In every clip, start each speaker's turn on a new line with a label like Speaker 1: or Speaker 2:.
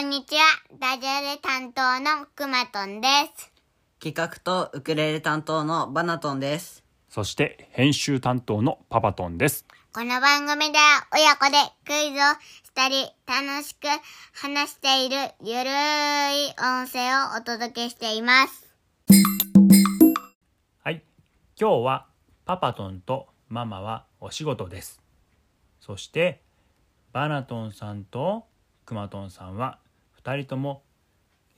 Speaker 1: んにちは。ダジャレ担当のくまとんです。
Speaker 2: 企画とウクレレ担当のバナトンです。
Speaker 3: そして編集担当のパパトンです。
Speaker 1: この番組では親子でクイズをしたり、楽しく話しているゆるい音声をお届けしています。
Speaker 4: はい今日はパパトンとママはお仕事ですそしてバナトンさんとクマトンさんは2人とも、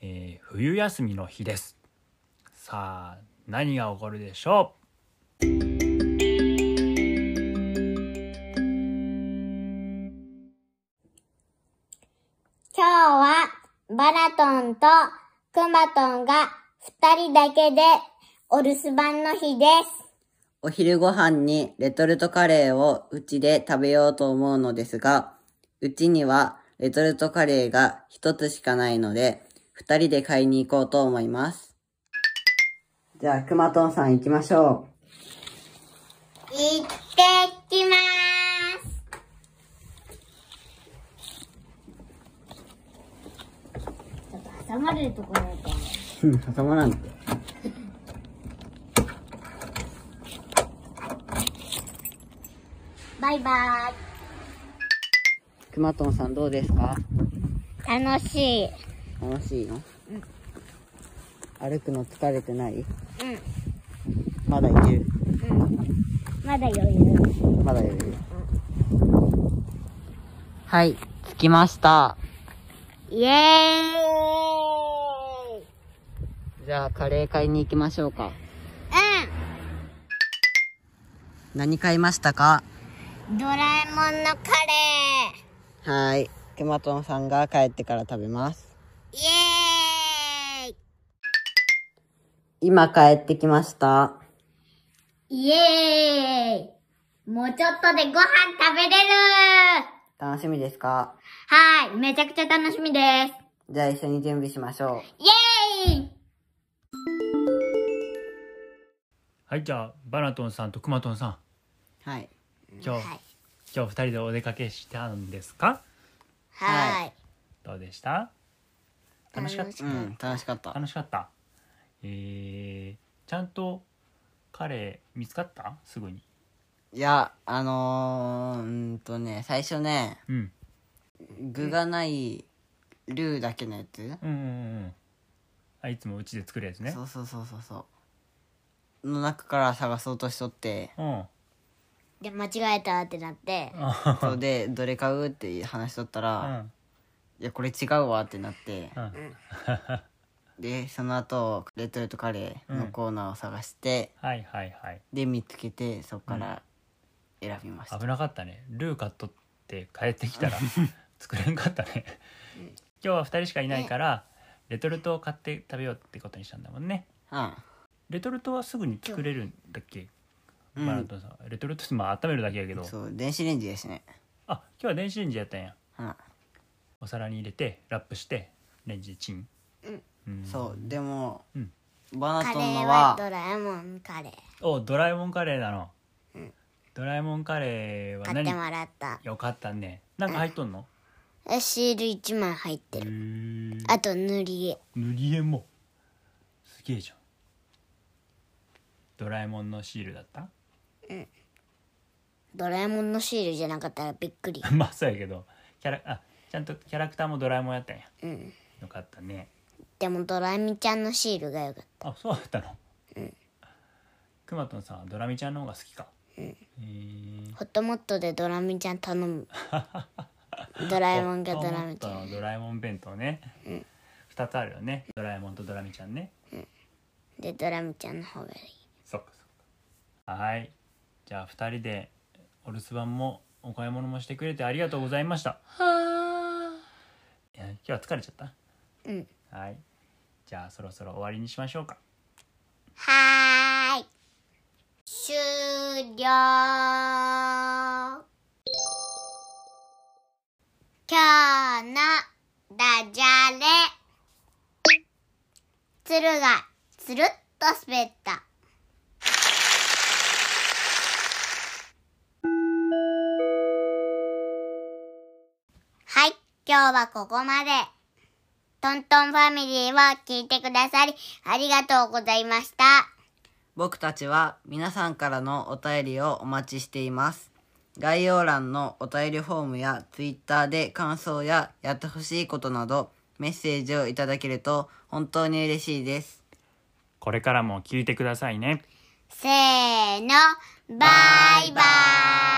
Speaker 4: えー冬休みの日ですさあ何が起こるでしょ
Speaker 1: 今日はバナトンとくまとんが二人だけでお留守番の日です。
Speaker 2: お昼ご飯にレトルトカレーをうちで食べようと思うのですが、うちにはレトルトカレーが一つしかないので、二人で買いに行こうと思います。じゃあ、くまとんさん行きましょ
Speaker 1: 行ってきます。ちょっと挟まれるところだと思う。
Speaker 2: う。うん、挟まらん。
Speaker 1: バイバ
Speaker 2: くまとんさんどうですか
Speaker 1: ーイ。楽しい。
Speaker 2: 楽しいの、歩くの疲れてない
Speaker 1: うん。
Speaker 2: まだいける。
Speaker 1: まだ余裕。
Speaker 2: まだ余裕。はい、着きました。
Speaker 1: イエーイ。
Speaker 2: じゃあ、カレー買いに行きましょうか。何買いましたか
Speaker 1: うん。ドラえもんのカレ
Speaker 2: はい。くまとんさんが帰ってから食べます。
Speaker 1: ー。イエーイ。
Speaker 2: 今帰ってきました。
Speaker 1: イエーイ。もうちょっとでご飯食べれる。
Speaker 2: 楽しみですか
Speaker 1: はい。めちゃくちゃ楽しみです。
Speaker 2: じゃあ一緒に準備しましょ
Speaker 1: イエーイ。
Speaker 4: うはいじゃあバナトンさんとクマトンさん
Speaker 2: う。はい。
Speaker 4: 今日、今日2人でお出かけしたんですか
Speaker 2: はい
Speaker 1: い。
Speaker 4: どうでした楽しかった
Speaker 2: うん、楽しかった。
Speaker 4: 楽しかったえー、ちゃんと彼見つかったすぐに
Speaker 2: いや、あのー、うーんとね、最初ね、
Speaker 4: うん
Speaker 2: 具がないルーだけのやつ、
Speaker 4: うんうんうんあいつもうちで作るやつね
Speaker 2: そうそうそうそうそう。の中から探そうとしとって、
Speaker 4: うん
Speaker 1: で、間違えたってなって。
Speaker 4: あ
Speaker 2: それで、どれ買うって話しとった
Speaker 4: う
Speaker 2: ら、
Speaker 4: ん
Speaker 2: いやこれ違うわってなって、
Speaker 4: うん
Speaker 2: でその後レトルトカレーのコーナーを探して、
Speaker 4: はいはいはい
Speaker 2: で見つけてそこから選びました、
Speaker 4: 危なかったねルー買っとって帰ってきた ら作れんかったね今日は2人しかいないからレトルトを買って食べようってことにしたんだもんねレトルトはすぐに作れるんだっけ、
Speaker 2: うん
Speaker 4: マラトンさんレトルトってまあ温めるだけやけ
Speaker 2: う
Speaker 4: ど
Speaker 2: んそう電子レンジですね、
Speaker 4: あ今日は電子レンジやったんや
Speaker 2: うん
Speaker 4: お皿に入れてラップしてレンジでチンうん
Speaker 2: そうでも、
Speaker 4: うん
Speaker 2: バナ
Speaker 1: カレ
Speaker 2: トン
Speaker 1: ー
Speaker 2: の
Speaker 1: は
Speaker 2: は
Speaker 1: ドラえもんカレー。
Speaker 4: おドラえもんカレーなの、ドラえもんカレーは
Speaker 1: 買って
Speaker 4: 何
Speaker 1: もらった。
Speaker 4: よかったねなんか入っとんの、
Speaker 1: えシール一枚入ってる。
Speaker 4: へー
Speaker 1: あと塗り絵。
Speaker 4: 塗り絵もすげえじゃんドラえもんのシールだった
Speaker 1: ドラえもんのシールじゃなかったらびっくり。
Speaker 4: まあそうやけどキャラあちゃんとキャラクターもドラえもんやったんや、
Speaker 1: ん
Speaker 4: よかったね
Speaker 1: でもドラえみちゃんのシールがよかっ
Speaker 4: あそうだったのくまとんさんはドラミちゃんの方が好きか、えー
Speaker 1: た。ホットモットでドラミちゃん頼 む。ドラえもんがドラミちゃん。
Speaker 4: んドラえもん弁当ね、二つあるよねドラえもんとドラミちゃんね
Speaker 1: で、ドラミちゃんの方がいい。
Speaker 4: そっかそっかはいじゃあ二人でお留守番もお買い物もしてくれてありがとうございましたいや今日は疲れちゃった
Speaker 1: うん
Speaker 4: はいじゃあそろそろ終わりにしましょうか
Speaker 1: はーい。終了。今日のダジャレ。鶴がつるっと滑った。はい、今日はここまで。トントンファミリーは聞いてくださり、ありがとうございました。
Speaker 2: 僕たちは皆さんからのお便りをお待ちしています。概要欄のお便りフォームや Twitter で感想ややってほしいことなどメッセージをいただけると本当に嬉しいです。
Speaker 4: これからも聞いてくださいね。
Speaker 1: せーの、バイバイ